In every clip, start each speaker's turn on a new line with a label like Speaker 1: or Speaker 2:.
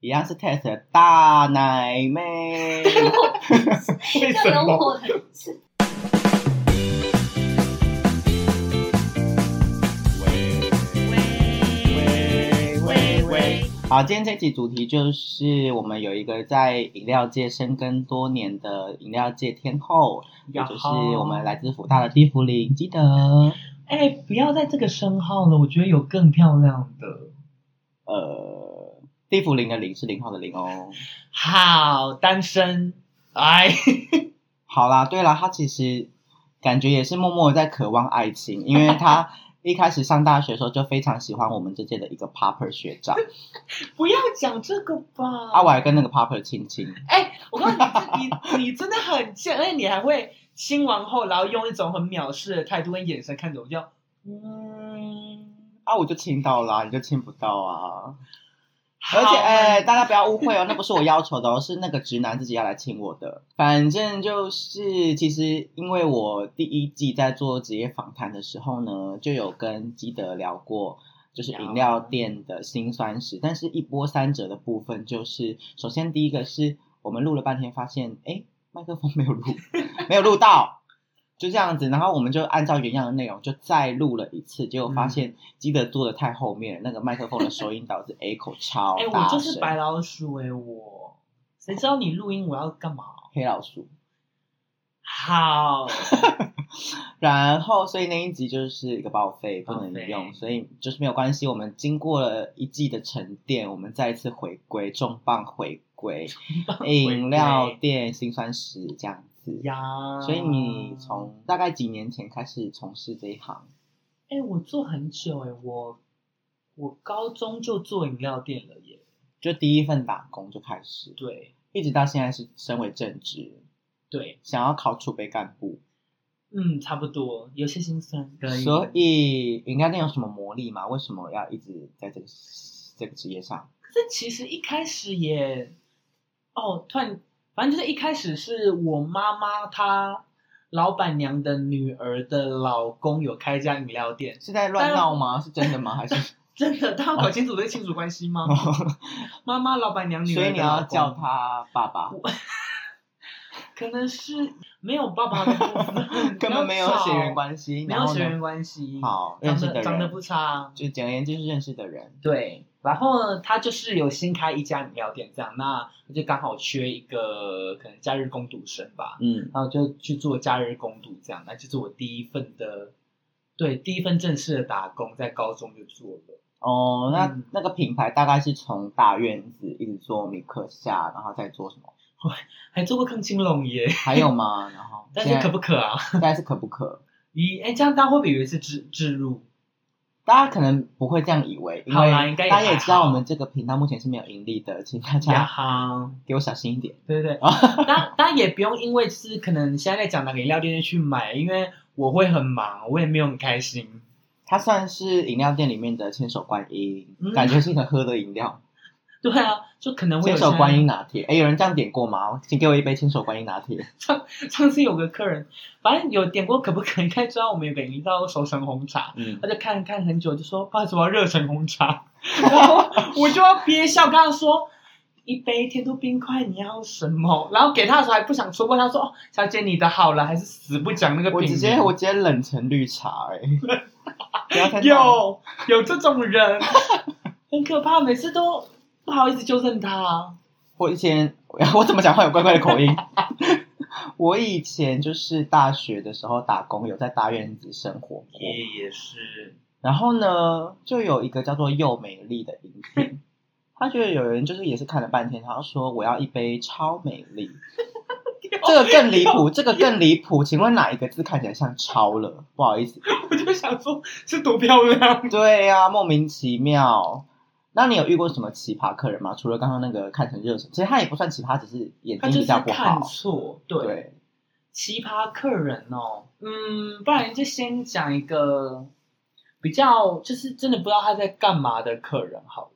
Speaker 1: 一样是 test 的大奶妹。
Speaker 2: 为
Speaker 3: 就
Speaker 2: 什
Speaker 3: 由
Speaker 2: 么？
Speaker 3: 我来吃。
Speaker 1: 喂喂喂！好，今天这集主题就是我们有一个在饮料界深耕多年的饮料界天后，也
Speaker 2: 呀
Speaker 1: 就是
Speaker 2: 哈
Speaker 1: 我们来自福大的蒂芙林，记得
Speaker 2: 哎，不要在这个称号了，我觉得有更漂亮的。
Speaker 1: 呃，蒂芙林的林是零号的零哦。
Speaker 2: 好，单身，哎，
Speaker 1: 好啦，对啦，他其实感觉也是默默地在渴望爱情，因为他一开始上大学的时候就非常喜欢我们这届的一个 Popper 学长，
Speaker 2: 不要讲这个吧。
Speaker 1: 啊，我还跟那个 Popper 亲亲，
Speaker 2: 哎，我告诉你，你你你真的很贱，而且你还会亲完后，然后用一种很藐视的态度跟眼神看着我，就嗯，
Speaker 1: 啊，我就亲到啦，你就亲不到啊。而
Speaker 2: 好
Speaker 1: 且，哎、大家不要误会哦，那不是我要求的哦， 是那个直男自己要来亲我的。反正就是，其实因为我第一季在做职业访谈的时候呢，就有跟基德聊过，就是饮料店的辛酸史。但是，一波三折的部分就是，首先第一个是我们录了半天，发现哎，麦克风没有录，没有录到。就这样子，然后我们就按照原样的内容就再录了一次，结果发现基德做的太后面了，那个麦克风的收音导致 echo 超
Speaker 2: 哎，
Speaker 1: 大
Speaker 2: 我
Speaker 1: 声。
Speaker 2: 就是白老鼠哎、我谁知道你录音我要干嘛？
Speaker 1: 黑老鼠。
Speaker 2: 好，
Speaker 1: 然后，所以那一集就是一个报废，不
Speaker 2: 报废
Speaker 1: 能用，所以就是没有关系。我们经过了一季的沉淀，我们再一次回归，重磅回归饮料店辛酸史这样子。
Speaker 2: 呀，
Speaker 1: 所以你从大概几年前开始从事这一行，
Speaker 2: 哎、我做很久哎、我我高中就做饮料店了耶。
Speaker 1: 就第一份打工就开始，
Speaker 2: 对
Speaker 1: 一直到现在是身为正职，
Speaker 2: 对，
Speaker 1: 想要考储备干部。
Speaker 2: 嗯，差不多，有些心酸。
Speaker 1: 所以饮料店有什么魔力吗？为什么要一直在这个这个职业上？
Speaker 2: 可是其实一开始也，哦，突然，反正就是一开始是我妈妈她老板娘的女儿的老公有开一家饮料店，
Speaker 1: 是在乱闹吗？是真的吗？还是？
Speaker 2: 真的，她要
Speaker 1: 哦
Speaker 2: 搞清楚这个亲属关系吗？妈妈老板 娘女儿，
Speaker 1: 所以你要叫，他爸爸，
Speaker 2: 可能是没有爸爸的部 分，
Speaker 1: 根本没有血缘
Speaker 2: 系，
Speaker 1: 关系，
Speaker 2: 没
Speaker 1: 然
Speaker 2: 有
Speaker 1: 后
Speaker 2: 血
Speaker 1: 呢
Speaker 2: 缘关系，
Speaker 1: 好认
Speaker 2: 长
Speaker 1: 识
Speaker 2: 得
Speaker 1: 的
Speaker 2: 长得
Speaker 1: 人
Speaker 2: 不，差，啊
Speaker 1: 就简而言之是认识的人。
Speaker 2: 对，然后呢，他就是有新开一家饮料店这样，那他就刚好缺一个可能假日工读生吧，
Speaker 1: 嗯，
Speaker 2: 然后就去做假日工读这样，那就是我第一份的，对，第一份正式的打工，在高中就做了。
Speaker 1: 哦，那、
Speaker 2: 嗯
Speaker 1: 那个品牌大概是从大院子一直做米克夏，然后再做什 么？
Speaker 2: 还做过坑青龙耶，
Speaker 1: 还有吗？然后
Speaker 2: 但是可不
Speaker 1: 可？
Speaker 2: 可 啊？
Speaker 1: 现在是可不可？
Speaker 2: 咦，哎，这样大家会不会以为是置置入？
Speaker 1: 大家可能不会这样以为，因
Speaker 2: 好啦
Speaker 1: 为
Speaker 2: 应该
Speaker 1: 大
Speaker 2: 也
Speaker 1: 家也知道
Speaker 2: 还
Speaker 1: 我
Speaker 2: 好
Speaker 1: 们这个频道目前是没有盈利的，请大
Speaker 2: 呀
Speaker 1: 家
Speaker 2: 哈，
Speaker 1: 给我小心一点。
Speaker 2: 对对对，当当然也不用因为就是可能现在在讲哪个饮料店去买，因为我会很忙，我也没有很开心。
Speaker 1: 它算是饮料店里面的千手观音，
Speaker 2: 嗯
Speaker 1: 感觉是可喝的饮料。
Speaker 2: 对啊，就可能会有
Speaker 1: 千手
Speaker 2: 现在
Speaker 1: 观音拿铁，哎，有人这样点过吗？请给我一杯千手观音拿铁。
Speaker 2: 上次有个客人，反正有点过可不可，应该知道我们有个饮料熟成红茶，
Speaker 1: 嗯
Speaker 2: 他，就看看很久，就说不好意思，我要热成红茶，然后我就要憋笑跟他说。一杯天都冰块，你要什么？然后给他的时候还不想说，问他说：“哦，小姐，你的好了，还是死不讲那个
Speaker 1: 我
Speaker 2: 品
Speaker 1: 直接我直接冷成绿茶 哎、不要太闹
Speaker 2: 有有这种人，很可怕，每次都不好意思纠正他。
Speaker 1: 我以前 我怎么讲话有怪怪的口音？ 我以前就是大学的时候打工，有在大院子生活过。
Speaker 2: 也是，
Speaker 1: 然后呢，就有一个叫做“又美丽”的饮品， 他觉得有人就是也是看了半天，他说我要一杯超美丽， 这个更离谱，这个更离谱。请问哪一个字看起来像超了？不好意思，
Speaker 2: 我就想说，是多漂 亮。
Speaker 1: 对呀、莫名其妙。那你有遇过什么奇葩客人吗？除了刚刚那个看成热水，其实他也不算奇葩，只是眼
Speaker 2: 他
Speaker 1: 睛
Speaker 2: 就
Speaker 1: 比
Speaker 2: 是
Speaker 1: 较不好
Speaker 2: 看。错，
Speaker 1: 对，
Speaker 2: 奇葩客人哦，嗯，不然就先讲一个比较，就是真的不知道他在干嘛的客人好了。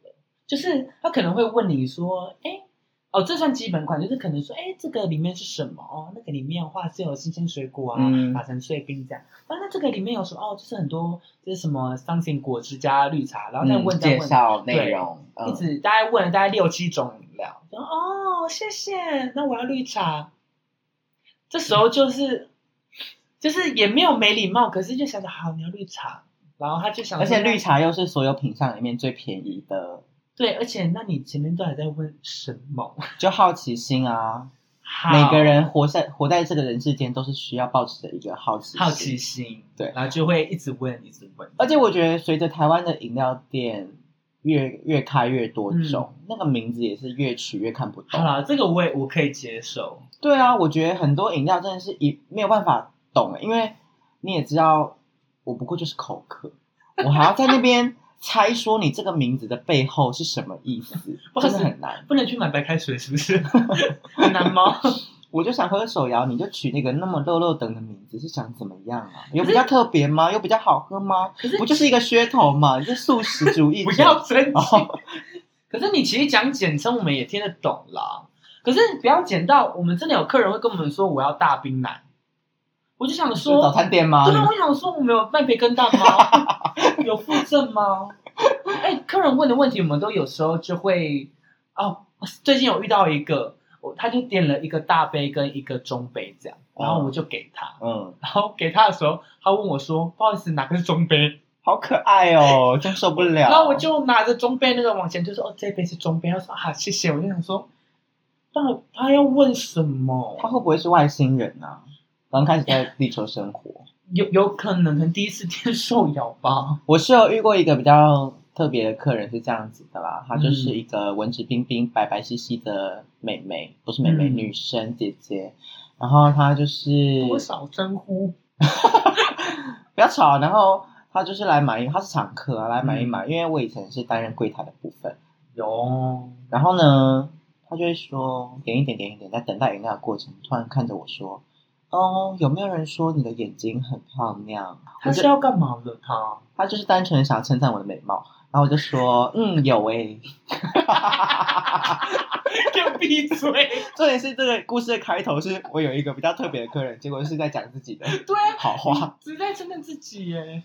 Speaker 2: 就是他可能会问你说，哎，哦，这算基本款，就是可能说，哎，这个里面是什么？哦，那个里面的话是有新鲜水果啊，
Speaker 1: 嗯
Speaker 2: 打成碎冰这样。啊，那这个里面有什么？哦，就是很多，就是什么 something 果汁加绿茶，然后再问
Speaker 1: 嗯
Speaker 2: 再
Speaker 1: 介
Speaker 2: 问，
Speaker 1: 绍内容，
Speaker 2: 一
Speaker 1: 嗯，
Speaker 2: 直大概问了大概六七种饮料。然后哦，谢谢，那我要绿茶。这时候就是，就是也没有没礼貌，可是就想着好，你要绿茶。然后他就想说，
Speaker 1: 而且绿茶又是所有品相里面最便宜的，
Speaker 2: 对，而且那你前面都还在问什么？
Speaker 1: 就好奇心啊，
Speaker 2: 好
Speaker 1: 每个人活在活在这个人世间都是需要保持着一个好奇心
Speaker 2: 好奇心，
Speaker 1: 对
Speaker 2: 然后就会一直问，一直问。
Speaker 1: 而且我觉得随着台湾的饮料店越越开越多种，那个名字也是越取越看不
Speaker 2: 好
Speaker 1: 懂。
Speaker 2: 啦，这个我也我可以接受。
Speaker 1: 对啊，我觉得很多饮料真的是一没有办法懂欸，因为你也知道，我不过就是口渴，我还要在那边猜说你这个名字的背后是什么意思，
Speaker 2: 不好
Speaker 1: 真
Speaker 2: 意思
Speaker 1: 的很难。
Speaker 2: 不能去买白开水，是 不是？很难吗？
Speaker 1: 我就想喝手摇，你就取那个那么肉肉等的名字，是想怎么样啊？有
Speaker 2: 可是
Speaker 1: 比较特别吗？有比较好喝吗？不就是一个噱头嘛？你是素食主义者，
Speaker 2: 不要生气
Speaker 1: 哦。
Speaker 2: 可是你其实讲简称，我们也听得懂啦。可是不要简到我们真的有客人会跟我们说我要大冰奶，我就想
Speaker 1: 是早
Speaker 2: 说，
Speaker 1: 餐店吗？
Speaker 2: 对啊，我想说我们有卖培根蛋吗？有附赠吗？哎、客人问的问题，我们都有时候就会哦。最近有遇到一个，我他就点了一个大杯跟一个中杯这样，然后我就给他，
Speaker 1: 嗯。
Speaker 2: 然后给他的时候，他问我说：“不好意思，哪个是中杯？”
Speaker 1: 好可爱哦，真受不了。
Speaker 2: 然后我就拿着中杯那个往前，就说：“哦，这杯是中杯。”他说：“啊，谢谢。”我就想说，到他要问什么？
Speaker 1: 他会不会是外星人啊？刚开始在地球生活，
Speaker 2: 有有可能可能第一次见受咬吧。
Speaker 1: 我是有遇过一个比较特别的客人是这样子的啦，她就是
Speaker 2: 嗯
Speaker 1: 一个文质彬彬、白白皙皙的妹妹，不是妹妹，
Speaker 2: 嗯
Speaker 1: 女生姐姐。然后她就是
Speaker 2: 多少称呼？
Speaker 1: 不要吵，啊然后她就是来买一，她是常客、啊、来买一
Speaker 2: 嗯
Speaker 1: 买，因为我以前是担任柜台的部分。
Speaker 2: 有
Speaker 1: 然后呢，他就会说点一点点一点，在等待饮料的过程，突然看着我说：“哦，有没有人说你的眼睛很漂亮？”
Speaker 2: 他是要干嘛的？ 他
Speaker 1: 他就是单纯想称赞我的美貌，然后我就说：“嗯，有诶、
Speaker 2: 给我闭嘴！
Speaker 1: 重点是这个故事的开头是我有一个比较特别的客人，结果是在讲自己的
Speaker 2: 对啊，
Speaker 1: 好 话。
Speaker 2: 只是在称赞自己耶。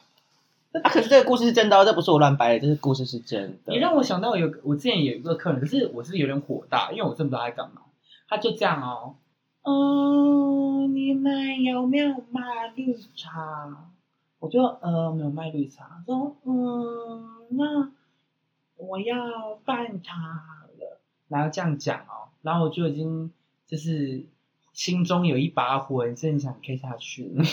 Speaker 1: 啊、可是这个故事是真的、哦，这不是我乱掰的，这个故事是真的
Speaker 2: 你。让我想到有我之前有一个客人，可是我是有点火大，因为我真的不知道他在干嘛。他就这样哦，哦，你们有没有卖绿茶？我就呃没有卖绿茶，说嗯，那我要半茶好了，然后这样讲哦，然后我就已经就是心中有一把火，真的想 K 下去 了，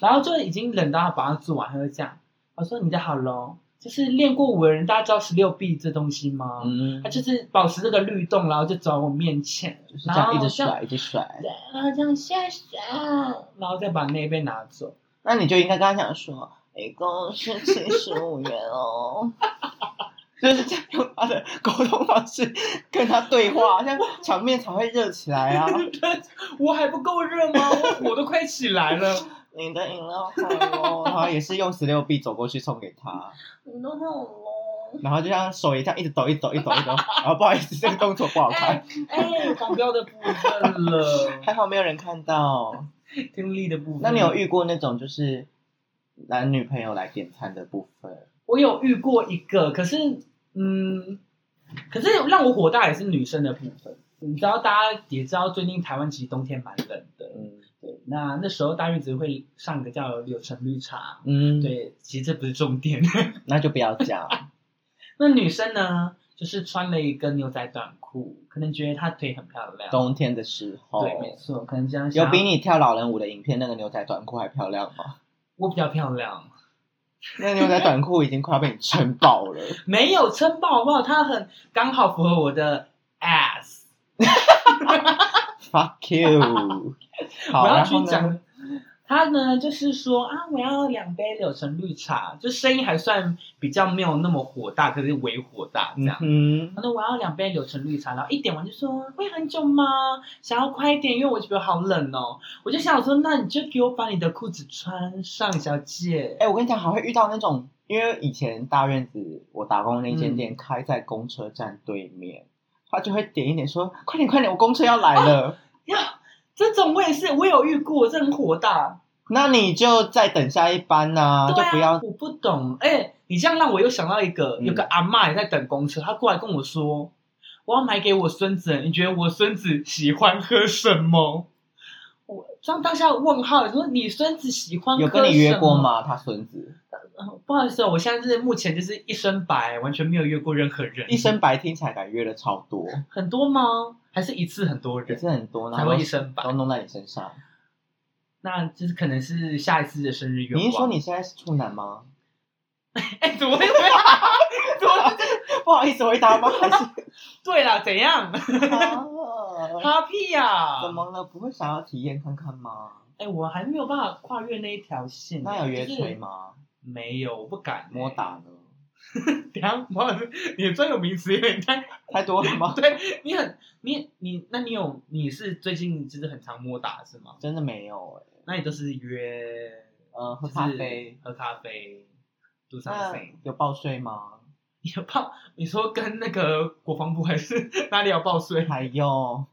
Speaker 2: 然后就已经冷到他把它做完，他就这样，我说你的好咯，就是练过舞的人，大家知道十六臂这东西吗？
Speaker 1: 嗯
Speaker 2: 他，就是保持这个律动，然后就走到我面前，
Speaker 1: 就是这
Speaker 2: 然后
Speaker 1: 样一直
Speaker 2: 这样
Speaker 1: 甩，一直甩。
Speaker 2: 对然后这样谢谢，然后再把那一杯拿 走。
Speaker 1: 那你就应该跟他讲说，哎一共是七十五元 哦。就是这样用他的沟通方式跟他对话，这样场面才会热起来 啊！
Speaker 2: 我还不够热吗？我火都快起来了。
Speaker 1: 你的饮料好哦，然后也是用十六币走过去送给他，
Speaker 2: 你都好了。
Speaker 1: 然后就像手也这样一直抖一抖一抖一 抖，然后不好意思，这个动作不好看
Speaker 2: 哎，哎，黄标的部分了，
Speaker 1: 还好没有人看到。
Speaker 2: 听力的部分。
Speaker 1: 那你有？遇过那种就是男女朋友来点餐的部分？
Speaker 2: 我有遇过一个，可是嗯，可是让我火大也是女生的部分。你知道，大家也知道，最近台湾其实冬天蛮冷的。
Speaker 1: 嗯
Speaker 2: 对，那那时候大玉子会上一个叫柳橙绿茶。
Speaker 1: 嗯，，
Speaker 2: 对，其实这不是重点。
Speaker 1: 那就不要讲。
Speaker 2: 那女生呢，就是穿了一个牛仔短裤，可能觉得她腿很漂亮。
Speaker 1: 冬天的时候，
Speaker 2: 对，没错，可能这样
Speaker 1: 哦
Speaker 2: 想
Speaker 1: 有比你跳老人舞的影片那个牛仔短裤还漂亮吗？
Speaker 2: 我比较漂亮，
Speaker 1: 那牛仔短裤已经快要被你撑爆 了。
Speaker 2: 没有撑爆好不好？她很刚好符合我的 ass。
Speaker 1: Fuck you！好，
Speaker 2: 我要
Speaker 1: 然
Speaker 2: 去
Speaker 1: 后呢？
Speaker 2: 讲。她呢，就是说啊，我要两杯柳橙绿茶，就声音还算比较没有那么火大，可是微火大这
Speaker 1: 嗯
Speaker 2: 样。
Speaker 1: 哼，
Speaker 2: 然后我要两杯柳橙绿茶，然后一点完就说会很久吗？想要快一点，因为我觉得好冷哦。我就想说，那你就给我把你的裤子穿上，小姐。
Speaker 1: 哎、我跟你讲，还会遇到那种，
Speaker 2: 嗯
Speaker 1: 因为以前大院子我打工那间店开在公车站对面，他就会点一点说：“快点，快点，我公车要来了。
Speaker 2: 呀，这种我也是，我有遇过，这很火大。
Speaker 1: 那你就再等下一班呐、
Speaker 2: 对
Speaker 1: 就
Speaker 2: 啊，
Speaker 1: 不要
Speaker 2: 我不懂。哎、你这样让我又想到一个，
Speaker 1: 嗯
Speaker 2: 有个阿嬷也在等公车，她过来跟我说，我要买给我孙子，你觉得我孙子喜欢喝什么？我这样当下问号，说你孙子喜欢喝
Speaker 1: 有跟你约过
Speaker 2: 什么？
Speaker 1: 吗？他孙子
Speaker 2: 呃不好意思哦，我现在是目前就是一身白，完全没有约过任何人。
Speaker 1: 一身白，听起来感觉约了超多，
Speaker 2: 很多吗？还是一次很多
Speaker 1: 也
Speaker 2: 人
Speaker 1: 是很多，然
Speaker 2: 嗯才
Speaker 1: 后
Speaker 2: 会一身白
Speaker 1: 都？弄在你身上。
Speaker 2: 那就是可能是下一次的生日愿望。
Speaker 1: 你是说你现在是处男吗？
Speaker 2: 哎、怎么会 这样？怎么会这样
Speaker 1: 不好意思，回 答吗？还是
Speaker 2: 对啦？怎 样？
Speaker 1: 啊
Speaker 2: 哈屁呀、
Speaker 1: 怎么了？不会想要体验看看吗？
Speaker 2: 哎、我还没有办法跨越那一条线。
Speaker 1: 那有约
Speaker 2: 就是
Speaker 1: 吹吗？
Speaker 2: 没有，我不敢、欸
Speaker 1: 摸。打呢？
Speaker 2: 等一下，摩老师，你的专有名词有点太……
Speaker 1: 太多了吗？
Speaker 2: 对你很，你你，那你有你是最近就是很常摸打是吗？
Speaker 1: 真的没有哎、
Speaker 2: 那你都是约
Speaker 1: 呃，喝
Speaker 2: 就是
Speaker 1: 咖啡。
Speaker 2: 喝咖啡，do
Speaker 1: 那
Speaker 2: something。
Speaker 1: 有报税吗？
Speaker 2: 你有报？你说跟那个国防部还是 哪里要报税？
Speaker 1: 还有，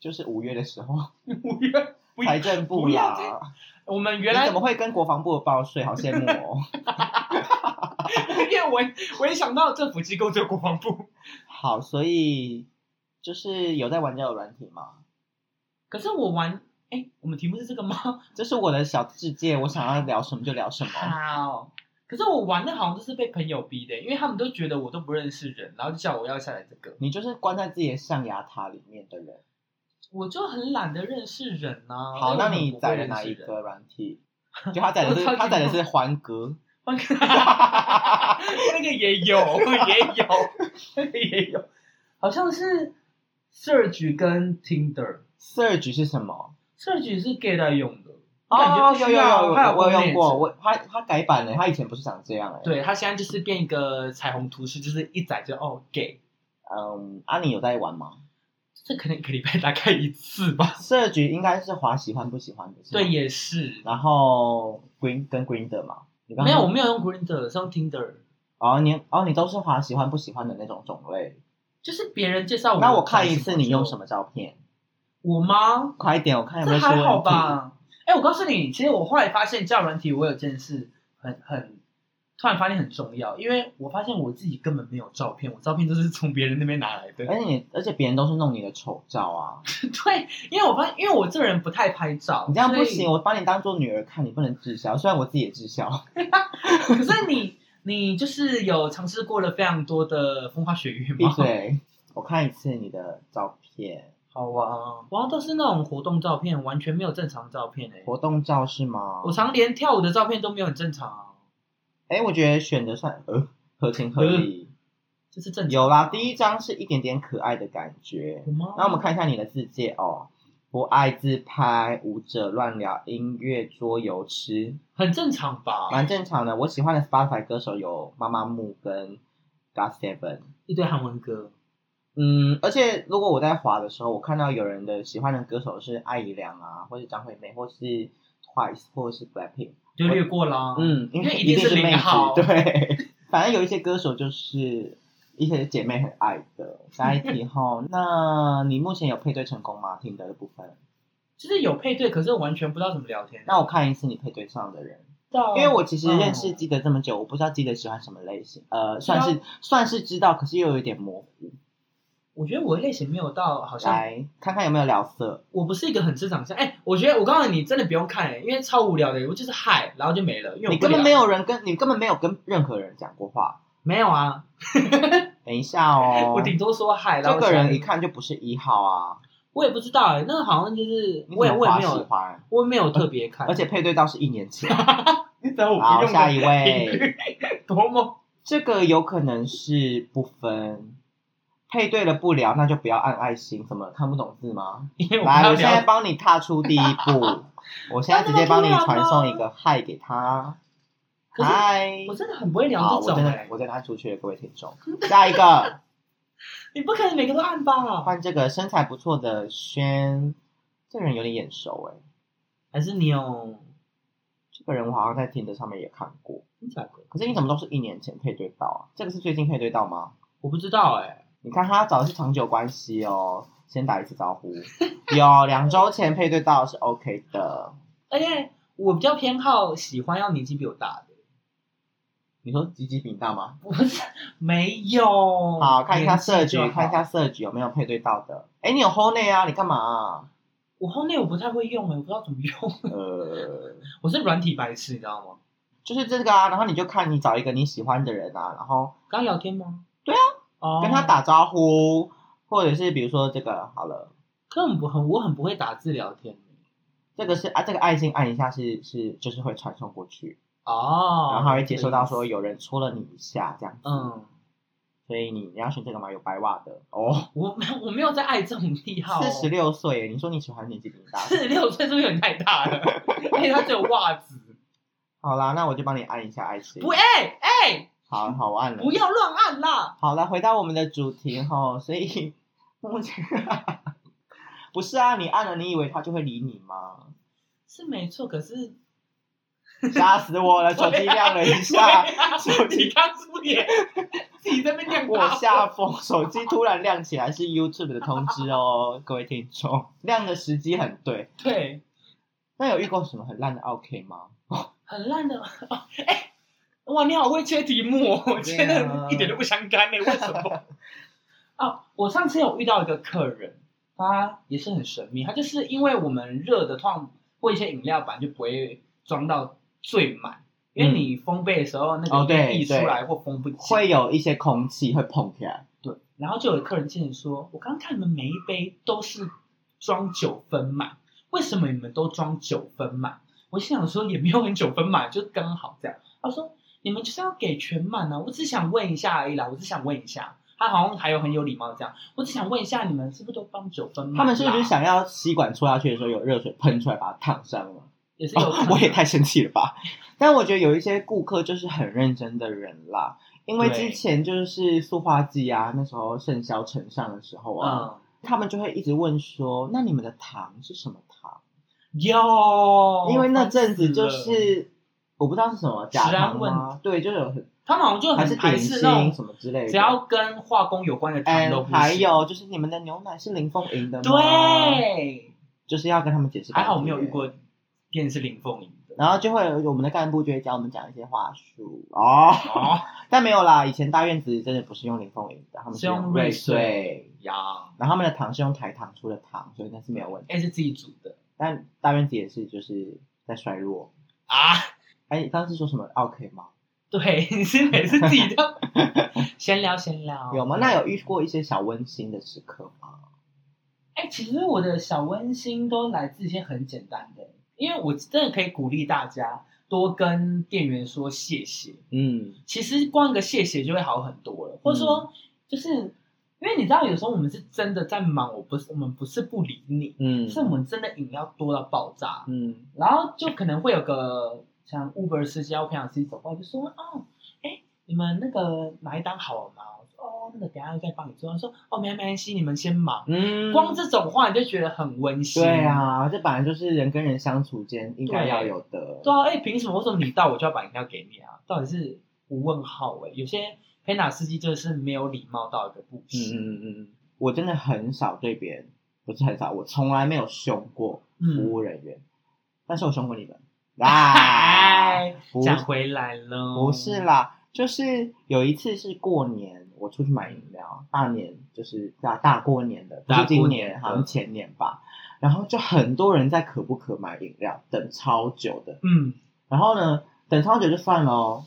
Speaker 1: 就是五月的时候，
Speaker 2: 五月不
Speaker 1: 财政部
Speaker 2: 不要
Speaker 1: 啦。
Speaker 2: 我们原
Speaker 1: 原来
Speaker 2: 来
Speaker 1: 怎么会跟国防部报税？好羡慕 哦！
Speaker 2: 因为我也我一想到政府机构只有国防部，
Speaker 1: 好，所以就是有在玩交友软体吗？
Speaker 2: 可是我玩，哎、我们题目是这个吗？
Speaker 1: 这是我的小世界，我想要聊什么就聊什么。
Speaker 2: 好，可是我玩的好像都是被朋友逼的，因为他们都觉得我都不认识人，然后就叫我要下载这个，
Speaker 1: 你就是关在自己的象牙塔里面的人。
Speaker 2: 我就很懒得认识人呐、啊。
Speaker 1: 好，
Speaker 2: 因为
Speaker 1: 那
Speaker 2: 我很
Speaker 1: 你
Speaker 2: 不会
Speaker 1: 载了
Speaker 2: 认
Speaker 1: 哪
Speaker 2: 识
Speaker 1: 一
Speaker 2: 人？
Speaker 1: 个软体？就他载的
Speaker 2: 我
Speaker 1: 是
Speaker 2: 超级
Speaker 1: 他载的是欢歌，
Speaker 2: 那个也有， 也有，那个也有，好像是 Surge 跟 Tinder。
Speaker 1: Surge 是什么？
Speaker 2: Surge 是 gay 在用的，
Speaker 1: 哦，
Speaker 2: 感觉
Speaker 1: 有
Speaker 2: 不需
Speaker 1: 有
Speaker 2: 要
Speaker 1: 有，
Speaker 2: 它有
Speaker 1: 我有用
Speaker 2: romance
Speaker 1: 过，我他他改版了，他以前不是长这样哎。，
Speaker 2: 对他现在就是变一个彩虹图示，就是一载就哦 gay，
Speaker 1: 嗯，啊，你有在玩吗
Speaker 2: 这可能一个礼拜大概一次吧。
Speaker 1: ？Surge 应该是滑喜欢不喜欢的，是吗
Speaker 2: 对，。也是。
Speaker 1: 然后 Green 跟 Green 的嘛，你刚
Speaker 2: 没
Speaker 1: 刚
Speaker 2: 有，我没有用 Grinder，是用 Tinder，
Speaker 1: 哦，你哦，你都是滑喜欢不喜欢的那种种类。
Speaker 2: 就是别人介绍我。
Speaker 1: 那我看一次你用
Speaker 2: 么？
Speaker 1: 什么照片？
Speaker 2: 我吗？
Speaker 1: 快一点，我看有没
Speaker 2: 这
Speaker 1: 有出
Speaker 2: 还好
Speaker 1: 问题。
Speaker 2: 吧？哎，我告诉你，其实我后来发现交友软体，我有件事很很突然发现很重要，因为我发现我自己根本没有照片，我照片都是从别人那边拿来的。
Speaker 1: 而且你，而且别人都是弄你的丑照啊！
Speaker 2: 对，因为我发现，因为我这个人不太拍照，
Speaker 1: 你这样不
Speaker 2: 所以
Speaker 1: 行，哦我把你当做女儿看，你不能滞销。虽然我自己也滞销，
Speaker 2: 可是你，你就是有尝试过了非常多的风花雪月
Speaker 1: 闭
Speaker 2: 吗？
Speaker 1: 嘴！我看一次你的照片，
Speaker 2: 好啊，我要都是那种活动照片，完全没有正常照片哎、
Speaker 1: 活动照是吗？
Speaker 2: 我常连跳舞的照片都没有很正常、啊，
Speaker 1: 哎，我觉得选的算呃合情合理。
Speaker 2: 这是正常。
Speaker 1: 有啦，第一张是一点点可爱的感觉
Speaker 2: 有。吗？
Speaker 1: 那我们看一下你的字界哦，不爱自拍，舞者乱聊，音乐桌游吃，
Speaker 2: 很正常吧？
Speaker 1: 蛮正常的。我喜欢的 Spotify 歌手有妈妈木跟 God Seven。
Speaker 2: 一堆韩文歌，
Speaker 1: 嗯，而且如果我在滑的时候，我看到有人的喜欢的歌手是艾怡良啊，或是张惠妹，或是 Twice，或是 Blackpink，
Speaker 2: 就略过啦。，
Speaker 1: 嗯，因
Speaker 2: 因为
Speaker 1: 一
Speaker 2: 一定
Speaker 1: 定
Speaker 2: 是
Speaker 1: 是
Speaker 2: 零
Speaker 1: 妹子
Speaker 2: 号，
Speaker 1: 对， 反正有一些歌手就是一些姐妹很爱的。下一题后，那你目前有配对成功吗？听的部分，
Speaker 2: 就是有配对，可是我完全不知道怎么聊天。
Speaker 1: 那我看一次你配对上的人，
Speaker 2: 到
Speaker 1: 因为我其实认识
Speaker 2: 嗯
Speaker 1: 基德这么久，我不知道基德喜欢什么类型，呃，算是算是知道，可是又有一点模糊。
Speaker 2: 我觉得我的类型没有到，好像
Speaker 1: 来看看有没有聊色，
Speaker 2: 我不是一个很正常像。哎、我觉得我告诉你，真的不用看、哎，因为超无聊的，我就是嗨，然后就没了。因为我
Speaker 1: 你
Speaker 2: 不
Speaker 1: 根本
Speaker 2: 聊
Speaker 1: 没有人跟你根本没有跟任何人讲过话。
Speaker 2: 没有啊，
Speaker 1: 等一下哦
Speaker 2: 我，顶多说嗨，然
Speaker 1: 这
Speaker 2: 后
Speaker 1: 个
Speaker 2: 想
Speaker 1: 人一看就不是一号啊，
Speaker 2: 我也不知道哎、那个好像就是
Speaker 1: 你
Speaker 2: 我也
Speaker 1: 怎么
Speaker 2: 我也
Speaker 1: 滑
Speaker 2: 没
Speaker 1: 喜
Speaker 2: 有
Speaker 1: 欢？
Speaker 2: 我也没有特别 看，
Speaker 1: 而且配对到是一年前。
Speaker 2: 你知道我
Speaker 1: 好，
Speaker 2: 不用
Speaker 1: 下一
Speaker 2: 的
Speaker 1: 位，
Speaker 2: 多么
Speaker 1: 这个有可能是不分，配对了不聊，那就不要按爱心，怎么看不懂字吗？
Speaker 2: 因为我
Speaker 1: 来，
Speaker 2: 要
Speaker 1: 我现在
Speaker 2: 聊
Speaker 1: 帮你踏出第一 步，我现在直接帮你传送一个嗨给他，
Speaker 2: 可是
Speaker 1: 嗨
Speaker 2: 我。真的很不会
Speaker 1: 好，
Speaker 2: 聊
Speaker 1: 我
Speaker 2: 这
Speaker 1: 真
Speaker 2: 种
Speaker 1: 的
Speaker 2: 哎、
Speaker 1: 我真的按出去了，各位听众。下一个，
Speaker 2: 你不可能每个都按啊吧？
Speaker 1: 换这个身材不错的轩，这个人有点眼熟哎、
Speaker 2: 还是你有
Speaker 1: 这个人我好像在听的上面也看过，
Speaker 2: 真假的？
Speaker 1: 可是你怎么都是一年前配对到啊？这个是最近配对到吗？
Speaker 2: 我不知道哎、
Speaker 1: 你看他找的是长久关系哦，先打一次招呼。 有两周前配对到是 OK 的。
Speaker 2: 而且我比较偏好喜欢要年纪比我大的，
Speaker 1: 你说鸡鸡比你大吗？
Speaker 2: 不是没有。
Speaker 1: 好，看一下社
Speaker 2: 年
Speaker 1: 局，
Speaker 2: 哦纪就好
Speaker 1: 看一下社局有没有配对到的。哎，你有 h o l e 啊？你干嘛啊、
Speaker 2: 我后面我不太会用哎，我不知道怎么用，
Speaker 1: 呃，
Speaker 2: 我是软体白痴，你知道吗？
Speaker 1: 就是这个啊。然后你就看你找一个你喜欢的人啊，然后
Speaker 2: 刚聊天吗？
Speaker 1: 对啊，
Speaker 2: 哦，
Speaker 1: 跟他，打招呼，或者是比如说这个好了，
Speaker 2: 根本不很，我很不会打字聊天。
Speaker 1: 这个是啊，这个爱心按一下是是就是会传送过去，
Speaker 2: 哦，
Speaker 1: 然后还会接收到说有人戳了你一下这样子。
Speaker 2: 嗯，
Speaker 1: 所以你你要选这个吗？有白袜的哦，
Speaker 2: 我没有我没有在爱这种癖好、哦
Speaker 1: 四十，六岁耶，你说你喜欢年纪比你大？
Speaker 2: 四十六岁是不是有点太大了？ 而且他只有袜子，
Speaker 1: 好啦，那我就帮你按一下爱心。
Speaker 2: 不，哎哎、
Speaker 1: 好好我按了
Speaker 2: 不。要乱按啦！
Speaker 1: 好了，回到我们的主题哈， 所以目前啊不是啊，你按了，你以为他就会理你吗？
Speaker 2: 是没错，可是
Speaker 1: 吓死我了，手机亮了一 下，
Speaker 2: 对啊
Speaker 1: 手机
Speaker 2: 你刚 出也自己在那边念
Speaker 1: 我吓疯，手机突然亮起来是 YouTube 的通知哦， 各位听众，亮的时机很对。
Speaker 2: 对，
Speaker 1: 那有遇过什么很烂的 OK 吗？
Speaker 2: 很烂的。哦哎、哇，你好会切题目、哦，我切
Speaker 1: 对啊
Speaker 2: 的一点都不相干呢、为什么？哦，我上次有遇到一个客人，他也是很神秘，他就是因为我们热的，通常或一些饮料版就不会装到最满，因为
Speaker 1: 嗯
Speaker 2: 你封杯的时候那
Speaker 1: 哦
Speaker 2: 个
Speaker 1: 对
Speaker 2: 液溢出来或封不起。
Speaker 1: 会有一些空气会碰起来，
Speaker 2: 对，然后就有客人进来说：“我刚看你们每一杯都是装九分满，为什么你们都装九分满？”我心想说也没有很九分满，就刚好这样。他说：“你们就是要给全满啊！我只想问一下而已啦，我只想问一下。”他好像还有很有礼貌这样，我只想问一下，你们是不是都帮九分满啦？
Speaker 1: 他们是不是想要吸管戳下去的时候有热水喷出来把它烫伤了？
Speaker 2: 也是有可
Speaker 1: 哦
Speaker 2: 能、嗯
Speaker 1: 我也太生气了吧！但我觉得有一些顾客就是很认真的人啦，因为
Speaker 2: 对
Speaker 1: 之前就是塑化剂啊，那时候盛销成上的时候啊，
Speaker 2: 嗯
Speaker 1: 他们就会一直问说：“那你们的糖是什么糖？”
Speaker 2: 有，
Speaker 1: 因为那阵子就
Speaker 2: 烦哦死了
Speaker 1: 是我不知道是什么假
Speaker 2: 食安
Speaker 1: 糖
Speaker 2: 问
Speaker 1: 吗？对，就有很
Speaker 2: 他们好像就
Speaker 1: 还是
Speaker 2: 很
Speaker 1: 点
Speaker 2: 排
Speaker 1: 心
Speaker 2: 斥那种，
Speaker 1: 什么之类的。
Speaker 2: 只要跟化工有关的糖都
Speaker 1: 嗯，
Speaker 2: 不
Speaker 1: 还
Speaker 2: 行
Speaker 1: 有就是你们的牛奶是林凤营的吗？，哦
Speaker 2: 对。
Speaker 1: 就是要跟他们解释。
Speaker 2: 还好我没有遇。过店是林凤营的。
Speaker 1: 然后就会有我们的干部就会教我们讲一些话术哦，
Speaker 2: 哦
Speaker 1: 但没有啦，以前大院子真的不是用林凤营的，他们
Speaker 2: 是用
Speaker 1: 用
Speaker 2: 瑞
Speaker 1: 穗，
Speaker 2: 呀，
Speaker 1: 然后他们的糖是用台糖出的糖，所以那是没有问题。
Speaker 2: 哎、是自己煮的
Speaker 1: 但大院子也是就是在衰弱。
Speaker 2: 啊？
Speaker 1: 哎，你刚刚是说什么 OK 吗？
Speaker 2: 对， 你是每次自己 的闲聊闲聊
Speaker 1: 有吗？那有遇过一些小温馨的时刻吗？
Speaker 2: 哎、其实我的小温馨都来自一些很简单的，因为我真的可以鼓励大家多跟店员说谢谢。
Speaker 1: 嗯，
Speaker 2: 其实光一个谢谢就会好很多了，或者说就是因为你知道，有时候我们是真的在忙，我不是我们不是不理你，
Speaker 1: 嗯
Speaker 2: 是我们真的饮料多到爆炸，
Speaker 1: 嗯，
Speaker 2: 然后就可能会有个像 Uber 司机啊，我朋友司机走过来就说：“哦，哎，你们那个哪一单好了吗？”我说：“哦，那个等一下再帮你做。”他说：“哦，没没关系，你们先忙。
Speaker 1: 嗯
Speaker 2: 光这种话你就觉得很温馨。
Speaker 1: 对，啊，这本来就是人跟人相处间应该
Speaker 2: 对
Speaker 1: 要有的。
Speaker 2: 对啊，哎，凭什么为什么你到我就要把饮料给你啊？到底是无问号哎、有些 p 娜司机真的是没有礼貌到一个不
Speaker 1: 嗯
Speaker 2: 行。
Speaker 1: 嗯嗯嗯，我真的很少对别人，不是很少，我从来没有凶过
Speaker 2: 嗯
Speaker 1: 服务人员，但是我凶过 你们。啊，
Speaker 2: 嗨，
Speaker 1: 不
Speaker 2: 讲回来了，
Speaker 1: 不是啦，就是有一次是过年，我出去买饮料，大年就是大大过年的，不
Speaker 2: 大
Speaker 1: 是
Speaker 2: 过
Speaker 1: 今
Speaker 2: 年
Speaker 1: 年，
Speaker 2: 的
Speaker 1: 好像前年吧。然后就很多人在可不可买饮料，等超久的。
Speaker 2: 嗯，
Speaker 1: 然后呢，等超久就算了哦。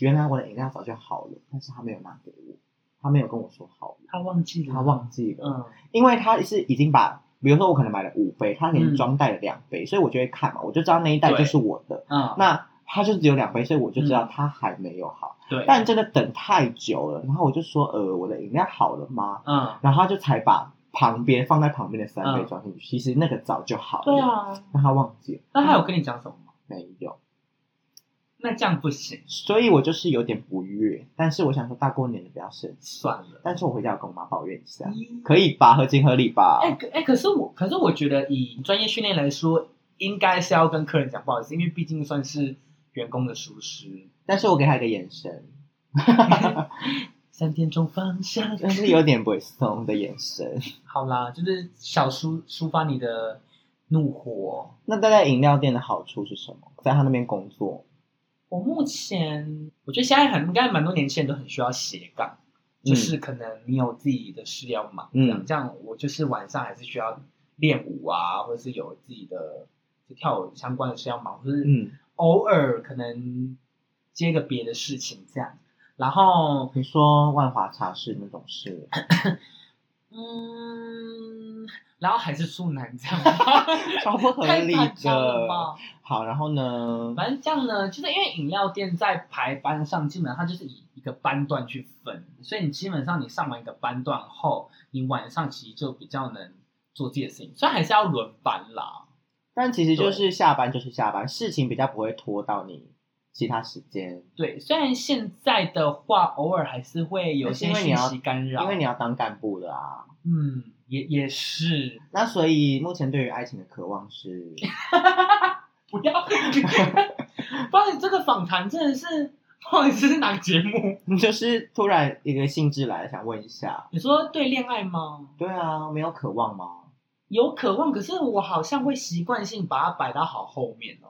Speaker 1: 原来我的饮料早就好了，但是他没有拿给我，他没有跟我说好了，
Speaker 2: 他忘记了，
Speaker 1: 他忘记了，
Speaker 2: 嗯，
Speaker 1: 因为他是已经把，比如说我可能买了五杯，他给你
Speaker 2: 嗯
Speaker 1: 装袋了两杯，所以我就会看嘛，我就知道那一袋
Speaker 2: 对
Speaker 1: 就是我的。
Speaker 2: 嗯，
Speaker 1: 那他就只有两杯，所以我就知道
Speaker 2: 嗯
Speaker 1: 他还没有好。
Speaker 2: 对，
Speaker 1: 但真的等太久了，然后我就说，呃，我的饮料好了吗？
Speaker 2: 嗯，
Speaker 1: 然后他就才把旁边放在旁边的三杯
Speaker 2: 嗯
Speaker 1: 装进去，其实那个早就好了。
Speaker 2: 对，啊，
Speaker 1: 但他忘记了，
Speaker 2: 那他有跟你讲什么吗？
Speaker 1: 没有。
Speaker 2: 那这样不行，
Speaker 1: 所以我就是有点不悦，但是我想说大过年的不要生气，
Speaker 2: 算了。
Speaker 1: 但是我回家有跟我妈抱怨一下，
Speaker 2: 咦
Speaker 1: 可以吧？合情合理吧？
Speaker 2: 哎可哎，可是我可是我觉得以专业训练来说，应该是要跟客人讲不好意思，因为毕竟算 是员工的疏失。
Speaker 1: 但是我给她一个眼神，
Speaker 2: 三点钟方向。
Speaker 1: 但是有点不会松的眼神。
Speaker 2: 好啦，就是小抒抒发你的怒火。
Speaker 1: 那待在饮料店的好处是什么？在他那边工作，
Speaker 2: 我目前我觉得现在很应该蛮多年轻人都很需要斜杠，就是可能你有自己的事要忙，这样、
Speaker 1: 嗯
Speaker 2: 这样我就是晚上还是需要练舞啊，或者是有自己的就跳舞相关的事要忙，或是
Speaker 1: 嗯，
Speaker 2: 偶尔可能接个别的事情这样。然后，
Speaker 1: 你说万华茶室那种事，
Speaker 2: 嗯，然后还是处男这样，
Speaker 1: 超不合
Speaker 2: 太
Speaker 1: 理
Speaker 2: 夸张了
Speaker 1: 的。
Speaker 2: 吧？
Speaker 1: 好，然后呢？
Speaker 2: 反正这样呢，就是因为饮料店在排班上，基本上它就是以一个班段去分，所以你基本上你上完一个班段后，你晚上其实就比较能做自己的事情，虽然还是要轮班啦。
Speaker 1: 但其实就是下班就是下班，事情比较不会拖到你其他时间，
Speaker 2: 对，虽然现在的话，偶尔还是会有些
Speaker 1: 因为你
Speaker 2: 讯
Speaker 1: 要
Speaker 2: 息干扰，
Speaker 1: 因为你要当干部的啊。
Speaker 2: 嗯，也也是，
Speaker 1: 那所以目前对于爱情的渴望是，
Speaker 2: 不要，不然你这个访谈真的是，不好意思，是哪个节目？
Speaker 1: 就是突然一个兴致来了，想问一下，
Speaker 2: 你说对恋爱吗？
Speaker 1: 对啊，没有渴望吗？
Speaker 2: 有渴望，可是我好像会习惯性把它摆到好后面哦。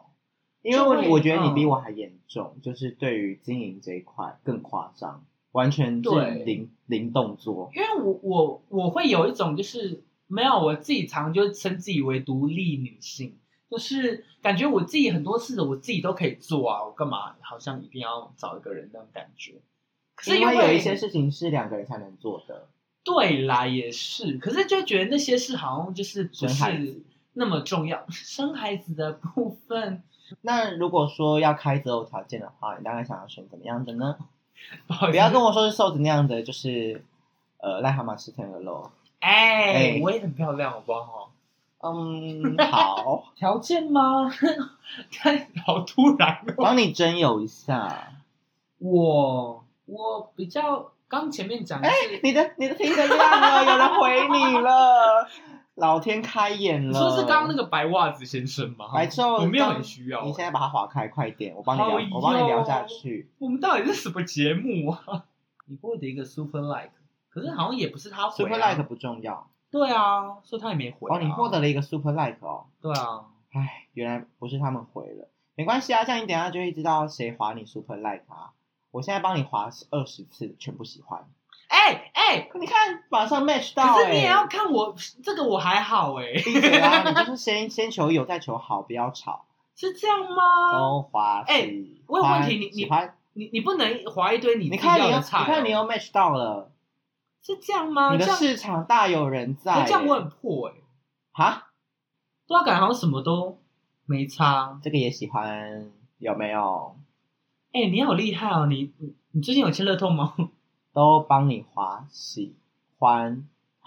Speaker 1: 因为
Speaker 2: 就
Speaker 1: 你
Speaker 2: 会
Speaker 1: 我觉得你
Speaker 2: 嗯
Speaker 1: 比我还严重，就是对于经营这一块更夸张，完全是
Speaker 2: 对
Speaker 1: 零零动作。
Speaker 2: 因为我我我会有一种就是没有我自己常就称自己为独立女性，就是感觉我自己很多事我自己都可以做啊，我干嘛好像一定要找一个人那种感觉。可是
Speaker 1: 因
Speaker 2: 为
Speaker 1: 为有一些事情是两个人才能做的，
Speaker 2: 对啦也是，可是就觉得那些事好像就是不
Speaker 1: 生孩子
Speaker 2: 是那么重要。 生孩子的部分，
Speaker 1: 那如果说要开择偶条件的话，你大概想要选怎么样的 呢？
Speaker 2: 不好意
Speaker 1: 不
Speaker 2: 思
Speaker 1: 要跟我说是瘦子那样的，就是呃癞蛤蟆吃天鹅肉。
Speaker 2: 哎、
Speaker 1: 哎
Speaker 2: 我也很漂亮，好不好？
Speaker 1: 嗯， 好，
Speaker 2: 条件吗？太好突然哦。
Speaker 1: 帮你征友一下。
Speaker 2: 我我比较刚前面讲的是、
Speaker 1: 你的你的听得亮了，有人回你了， 老天开眼了。
Speaker 2: 你说是刚刚那个白袜子先生吗？
Speaker 1: 白昼
Speaker 2: 我没有很需要、啊
Speaker 1: 你现在把它划开，快点，我帮你
Speaker 2: 好
Speaker 1: 聊，
Speaker 2: 哟
Speaker 1: 我帮你聊下去。
Speaker 2: 我们到底是什么节目啊？你过的一个 super like，可是好像也不是他回、啊、
Speaker 1: Super like 不重要
Speaker 2: 对啊，所以他也没回、啊。
Speaker 1: 哦，你获得了一个 super like 哦，
Speaker 2: 对啊，
Speaker 1: 唉，原来不是他们回了，没关系啊，这样你等一下就会知道谁划你 super like 啊。我现在帮你划二十次，全部喜欢。
Speaker 2: 哎哎、
Speaker 1: 你看，马上 match 到、
Speaker 2: 可
Speaker 1: 欸，
Speaker 2: 是你也要看我这个我还好哎、
Speaker 1: 闭嘴啊！你 就是先先求有，再求好，不要吵。
Speaker 2: 是这样吗？
Speaker 1: 都滑
Speaker 2: 哎
Speaker 1: 喜
Speaker 2: 我有
Speaker 1: 欢
Speaker 2: 问题你你
Speaker 1: 喜欢？
Speaker 2: 你你不能划一堆你
Speaker 1: 你
Speaker 2: 自己
Speaker 1: 看
Speaker 2: 要
Speaker 1: 你有，
Speaker 2: 的
Speaker 1: 你
Speaker 2: 菜哦、
Speaker 1: 看你有 match 到了，
Speaker 2: 是这样吗？
Speaker 1: 你的
Speaker 2: 这样
Speaker 1: 市场大有人在、
Speaker 2: 可是这样我很破哎、
Speaker 1: 哈，
Speaker 2: 对啊，感觉好像什么都没差。
Speaker 1: 这个也喜欢，有没有？
Speaker 2: 哎、你好厉害哦！你你你最近有签乐透吗？
Speaker 1: 都帮你滑喜欢。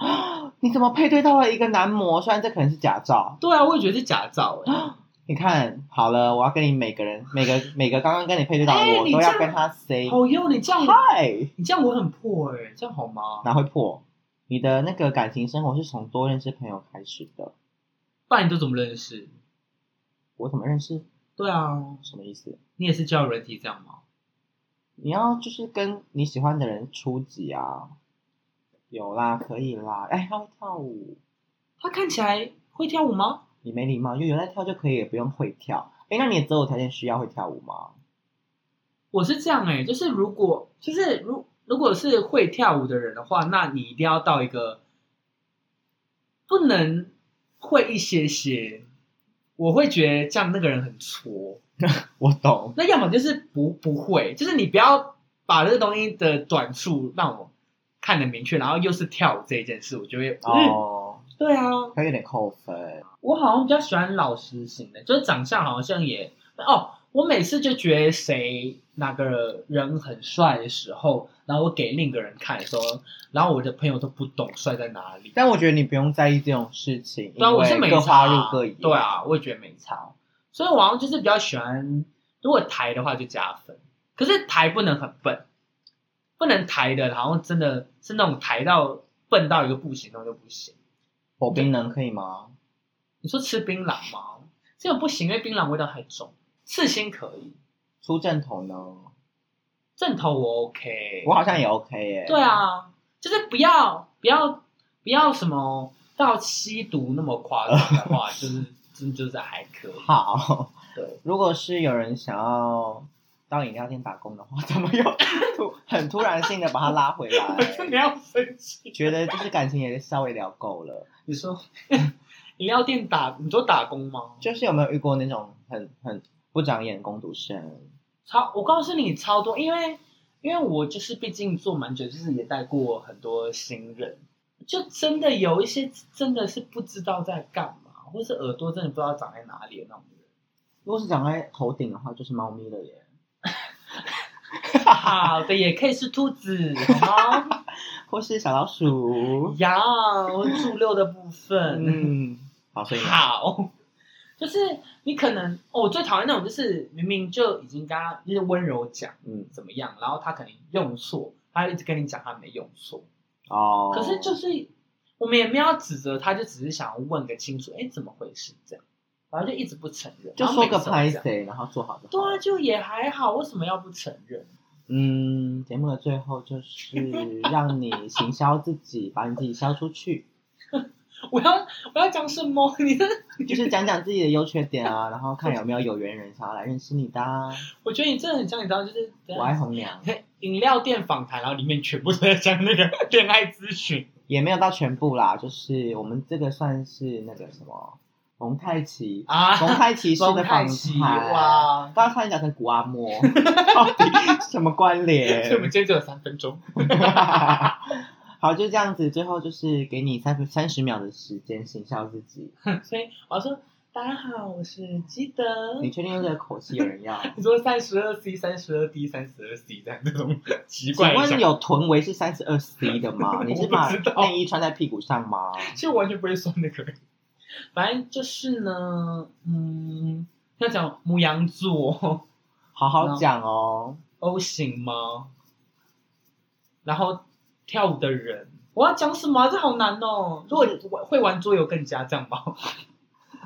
Speaker 1: 你怎么配对到了一个男模？虽然这可能是假照。
Speaker 2: 对啊，我也觉得是假照哎、
Speaker 1: 你看好了，我要跟你每个人、每 个每个刚刚跟你配对到的
Speaker 2: 哎
Speaker 1: 我
Speaker 2: 你
Speaker 1: 都
Speaker 2: 这
Speaker 1: 要
Speaker 2: 样
Speaker 1: 跟他 say
Speaker 2: 好哦哟，你这样
Speaker 1: hi，
Speaker 2: 你这样我很破哎、这样好吗？
Speaker 1: 哪会破？你的那个感情生活是从多认识朋友开始的。
Speaker 2: 不然你都怎么认识？
Speaker 1: 我怎么认识？
Speaker 2: 对啊，
Speaker 1: 什么意思？
Speaker 2: 你也是交友软体这样吗？
Speaker 1: 你要就是跟你喜欢的人出击啊！有啦，可以啦。哎，他会跳舞，
Speaker 2: 他看起来会跳舞吗？
Speaker 1: 你没礼貌，就有在跳就可以，也不用会跳。哎，那你的择偶条件需要会跳舞吗？
Speaker 2: 我是这样哎、就是如果就是如如果是会跳舞的人的话，那你一定要到一个不能会一些些，我会觉得这样那个人很挫。
Speaker 1: 我懂，
Speaker 2: 那要么就是不不会，就是你不要把这个东西的短处让我看得明确，然后又是跳舞这一件事，我就会嗯，
Speaker 1: 哦，
Speaker 2: 对啊，
Speaker 1: 他有点扣分。
Speaker 2: 我好像比较喜欢老实型的，就是长相好像也哦，我每次就觉得谁哪个人很帅的时候，然后我给另一个人看的时候，然后我的朋友都不懂帅在哪里，
Speaker 1: 但我觉得你不用在意这种事情，
Speaker 2: 对啊，
Speaker 1: 因
Speaker 2: 我是
Speaker 1: 为
Speaker 2: 没
Speaker 1: 各花
Speaker 2: 差，
Speaker 1: 入各眼。
Speaker 2: 对，啊，我也觉得没差，所以我好像就是比较喜欢，如果抬的话就加分，可是抬不能很笨，不能抬的，然后真的是那种抬到笨到一个不行，那种就不行。
Speaker 1: 火冰能可以吗？
Speaker 2: 你说吃槟榔吗？这个不行，因为槟榔味道太重。刺青可以，
Speaker 1: 出正头呢？
Speaker 2: 正头我 OK，
Speaker 1: 我好像也 OK 耶、
Speaker 2: 对，啊，就是不要不要不要什么到吸毒那么夸张的话，就是真就是还可以。
Speaker 1: 好，
Speaker 2: 对，
Speaker 1: 如果是有人想要到饮料店打工的话，怎么又突很突然性的把他拉回来
Speaker 2: 我？真的要生气。
Speaker 1: 觉得就是感情也稍微聊够了，
Speaker 2: 你说饮料店打，你说打工吗？
Speaker 1: 就是有没有遇过那种很很不长眼的工读生？
Speaker 2: 超，我告诉你超多，因为因为我就是毕竟做蛮久，就是也带过很多新人，就真的有一些真的是不知道在干嘛，或是耳朵真的不知道长在哪里的那种人。
Speaker 1: 如果是长在头顶的话，就是猫咪了耶，
Speaker 2: 好的，也可以是兔子，好吗？
Speaker 1: 或是小老鼠。
Speaker 2: 呀，猪六的部分，
Speaker 1: 嗯，好，所以呢
Speaker 2: 好，就是你可能、哦我最讨厌那种，就是明明就已经跟他就是温柔讲
Speaker 1: 嗯
Speaker 2: 怎么样，然后他可能用错，他一直跟你讲他没用错，
Speaker 1: 哦，
Speaker 2: 可是就是我们也没有要指责他，就只是想要问个清楚，哎，怎么回事这样，然后就一直不承认，
Speaker 1: 就
Speaker 2: 然后
Speaker 1: 说
Speaker 2: 每
Speaker 1: 个
Speaker 2: 次都这
Speaker 1: 拍
Speaker 2: 样，
Speaker 1: 谁，然后做好就好
Speaker 2: 对啊，
Speaker 1: 了。
Speaker 2: 就也还好，为什么要不承认？
Speaker 1: 嗯，节目的最后就是让你行销自己，把你自己销出 去，
Speaker 2: 我要我要讲什么？ 你真的
Speaker 1: 就是讲讲自己的优缺点啊，然后看有没有有缘人想要来认识你的啊、
Speaker 2: 我觉得你真的很像，你知道，就是
Speaker 1: 我爱红娘
Speaker 2: 饮料店访谈，然后里面全部都在讲那个恋爱咨询。
Speaker 1: 也没有到全部啦，就是我们这个算是那个什么蒙太 奇，
Speaker 2: 啊
Speaker 1: 蒙太奇式的
Speaker 2: 蒙太
Speaker 1: 访
Speaker 2: 奇
Speaker 1: 谈，
Speaker 2: 哇
Speaker 1: 刚刚差点讲成古阿莫， 到底什么关 联？
Speaker 2: 所以我们今天只有三分钟。
Speaker 1: 好，就这样子。最后就是给你三三十秒的时间行销自己。
Speaker 2: 所以我要说，大家好，我是基德。
Speaker 1: 你确定用这个口气有人要？
Speaker 2: 你说三十二 C、三十二 D、三十二 C 这样那种 奇
Speaker 1: 请
Speaker 2: 怪的想
Speaker 1: 问有臀围是三十二 C 的 吗？你是把
Speaker 2: 我不知道
Speaker 1: 内衣穿在屁股上吗？
Speaker 2: 其实我完全不会说那个。反正就是呢，嗯，要讲母羊座
Speaker 1: 好好讲哦。
Speaker 2: O 型吗？然后跳舞的人，我要讲什么啊、这好难哦。如果会玩桌游更加这样吧。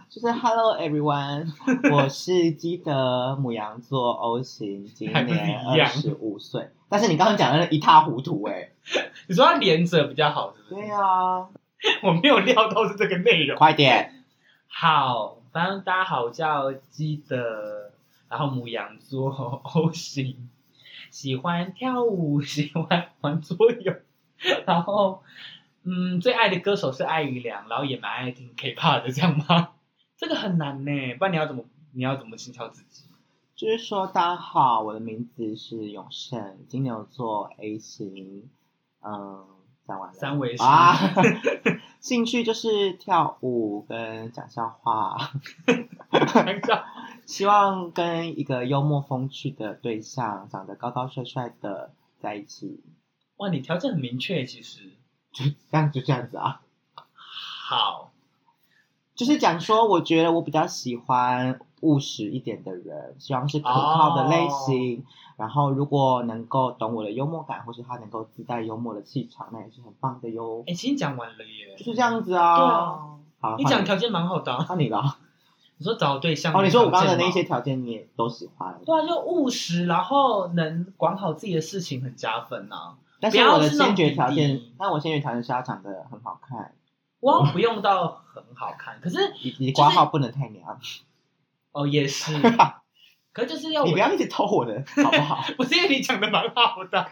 Speaker 1: 就是 Hello everyone，我是基德母羊座 O 型，今
Speaker 2: 还不是
Speaker 1: 年
Speaker 2: 一
Speaker 1: 二
Speaker 2: 样
Speaker 1: 十五岁。但是你刚刚讲的一塌糊涂哎、
Speaker 2: 你说要连着比较好，是不是？
Speaker 1: 对啊，
Speaker 2: 我没有料到是这个内容。
Speaker 1: 快点，
Speaker 2: 好，反正大家好，我叫基德，然后母羊座 O 型，喜欢跳舞，喜欢玩桌游， 然后嗯，最爱的歌手是艾怡良，然后也蛮爱听 K-pop 的，这样吗？ 这个很难呢，不然你要怎么你要怎么轻巧自己？
Speaker 1: 就是说大家好，我的名字是永胜，金牛座 A 型，嗯，讲完了。
Speaker 2: 三维型
Speaker 1: 啊， 兴趣就是跳舞跟讲笑话，
Speaker 2: 看一下
Speaker 1: 希望跟一个幽默风趣的对象，长得高高帅帅的在一起，
Speaker 2: 哇，你条件很明确，其实
Speaker 1: 就这样就这样子啊。
Speaker 2: 好，
Speaker 1: 就是讲说，我觉得我比较喜欢务实一点的人，希望是可靠的
Speaker 2: 哦
Speaker 1: 类型。然后，如果能够懂我的幽默感，或是他能够自带幽默的气场，那也是很棒的哟。
Speaker 2: 哎，其实讲完了耶，
Speaker 1: 就是这样子
Speaker 2: 对
Speaker 1: 啊。
Speaker 2: 啊，
Speaker 1: 好，
Speaker 2: 你
Speaker 1: 换
Speaker 2: 讲条件蛮好的啊、
Speaker 1: 换你了。
Speaker 2: 你说找对象
Speaker 1: 哦，你说我刚刚的那
Speaker 2: 条
Speaker 1: 些
Speaker 2: 件吗
Speaker 1: 条件你也都喜欢，
Speaker 2: 对啊，就务实，然后能管好自己的事情很加分呐、啊。
Speaker 1: 但是
Speaker 2: 不要
Speaker 1: 我的
Speaker 2: 是那种
Speaker 1: 先决条
Speaker 2: 比
Speaker 1: 件
Speaker 2: 例，
Speaker 1: 那我先决条件是要长得很好看，
Speaker 2: 我不用到很好看，可是
Speaker 1: 以及挂号不能太娘。
Speaker 2: 哦 也是，可是就是要我
Speaker 1: 你不要一直偷我的，好不好？
Speaker 2: 不是因为你讲的蛮好的，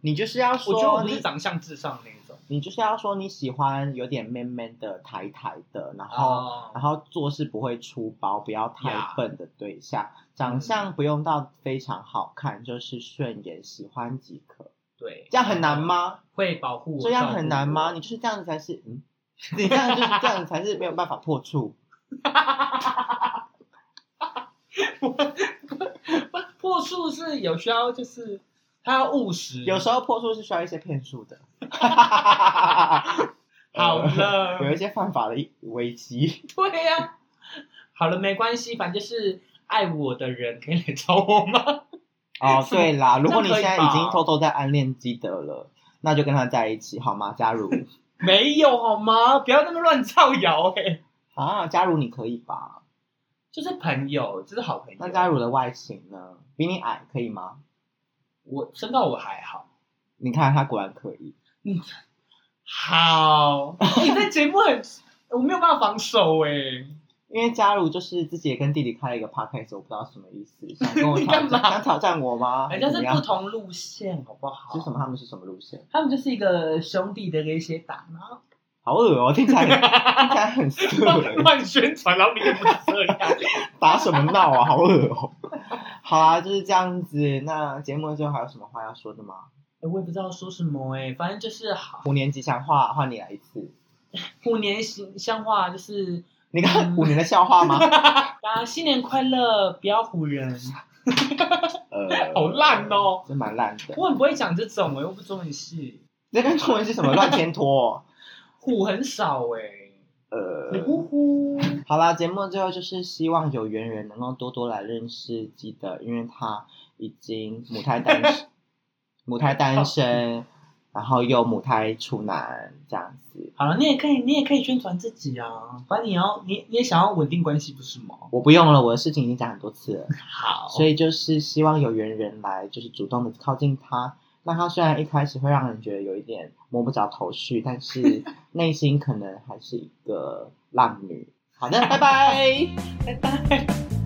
Speaker 1: 你就是要
Speaker 2: 我觉得我
Speaker 1: 说
Speaker 2: 不是
Speaker 1: 你，
Speaker 2: 长相至上那种。
Speaker 1: 你就是要说你喜欢有点 man man 的、台台的，然后、
Speaker 2: 哦
Speaker 1: 然后做事不会出包，不要太
Speaker 2: 呀嗯
Speaker 1: 笨的对象，长相不用到非常好看，就是顺眼喜欢即可。
Speaker 2: 对，
Speaker 1: 这样很难？吗？
Speaker 2: 会保护我，
Speaker 1: 这样很难吗？
Speaker 2: 照
Speaker 1: 你就是这样子才是， 嗯，你这样就是这样子才是没有办法破处。
Speaker 2: 顾我？不破处是有需要，就是他要务实。
Speaker 1: 有时候破处是需要一些骗术的。
Speaker 2: 好 了，
Speaker 1: 呃有一些犯法的危 机。
Speaker 2: 对呀、好了，没关系，反正就是爱我的人可以来找我吗？
Speaker 1: 哦，对啦，如果你
Speaker 2: 这样
Speaker 1: 现
Speaker 2: 可以
Speaker 1: 在
Speaker 2: 吧
Speaker 1: 已经偷偷在暗恋基德了，那就跟他在一起好吗？佳 茹
Speaker 2: 没有好吗？不要那么乱造谣哎、
Speaker 1: 啊，佳茹你可以吧？
Speaker 2: 就是朋友，就是好朋友。
Speaker 1: 那佳茹的外形呢？比你矮可以吗？
Speaker 2: 我身高我 还好，
Speaker 1: 你看他果然可以，
Speaker 2: 好，你这节目很，我没有办法防守哎、
Speaker 1: 因为佳茹就是自己也跟弟弟开了一个 podcast，我不知道什么意思，想 跟我
Speaker 2: 你
Speaker 1: 挑
Speaker 2: 干
Speaker 1: 战，
Speaker 2: 嘛
Speaker 1: 想挑战我吗？
Speaker 2: 人家
Speaker 1: 怎
Speaker 2: 是
Speaker 1: 么
Speaker 2: 不
Speaker 1: 样
Speaker 2: 同路线，好不好？
Speaker 1: 是什么？他们是什么路线？
Speaker 2: 他们欸就是一个兄弟的一些啊打，然后
Speaker 1: 好恶哦、听起 来很听起来很 色，欸
Speaker 2: 乱宣传，然后你也不是这样。
Speaker 1: 打什么闹啊？好恶哦、好啊，就是这样子。那节目最后还有什么话要说的吗？
Speaker 2: 哎我也不知道说什么哎、反正就是好
Speaker 1: 五年吉祥话，换你来一次。
Speaker 2: 虎年形象化，就是
Speaker 1: 你
Speaker 2: 嗯
Speaker 1: 看五年的笑 话吗？
Speaker 2: 大家新年快乐，不要唬人。
Speaker 1: 呃，
Speaker 2: 好烂哦，
Speaker 1: 真蛮烂的。
Speaker 2: 我很不会讲这种哎、我不中文系，
Speaker 1: 这跟中文是什么乱填拖？
Speaker 2: 虎很少哎、
Speaker 1: 呃
Speaker 2: 你，呼呼，
Speaker 1: 好啦，节目最后就是希望有缘人能够多多来认识基德，因为他已经母胎单身，母胎单身，然后又母胎处男这样子。
Speaker 2: 好了，你也可以，你也可以宣传自己啊。反正你要，你你也想要稳定关系，不是吗？
Speaker 1: 我不用了，我的事情已经讲很多次了，
Speaker 2: 好，
Speaker 1: 所以就是希望有缘人来，就是主动的靠近他。那他虽然一开始会让人觉得有一点摸不着头绪，但是内心可能还是一个浪女。好的，拜拜。
Speaker 2: 拜拜。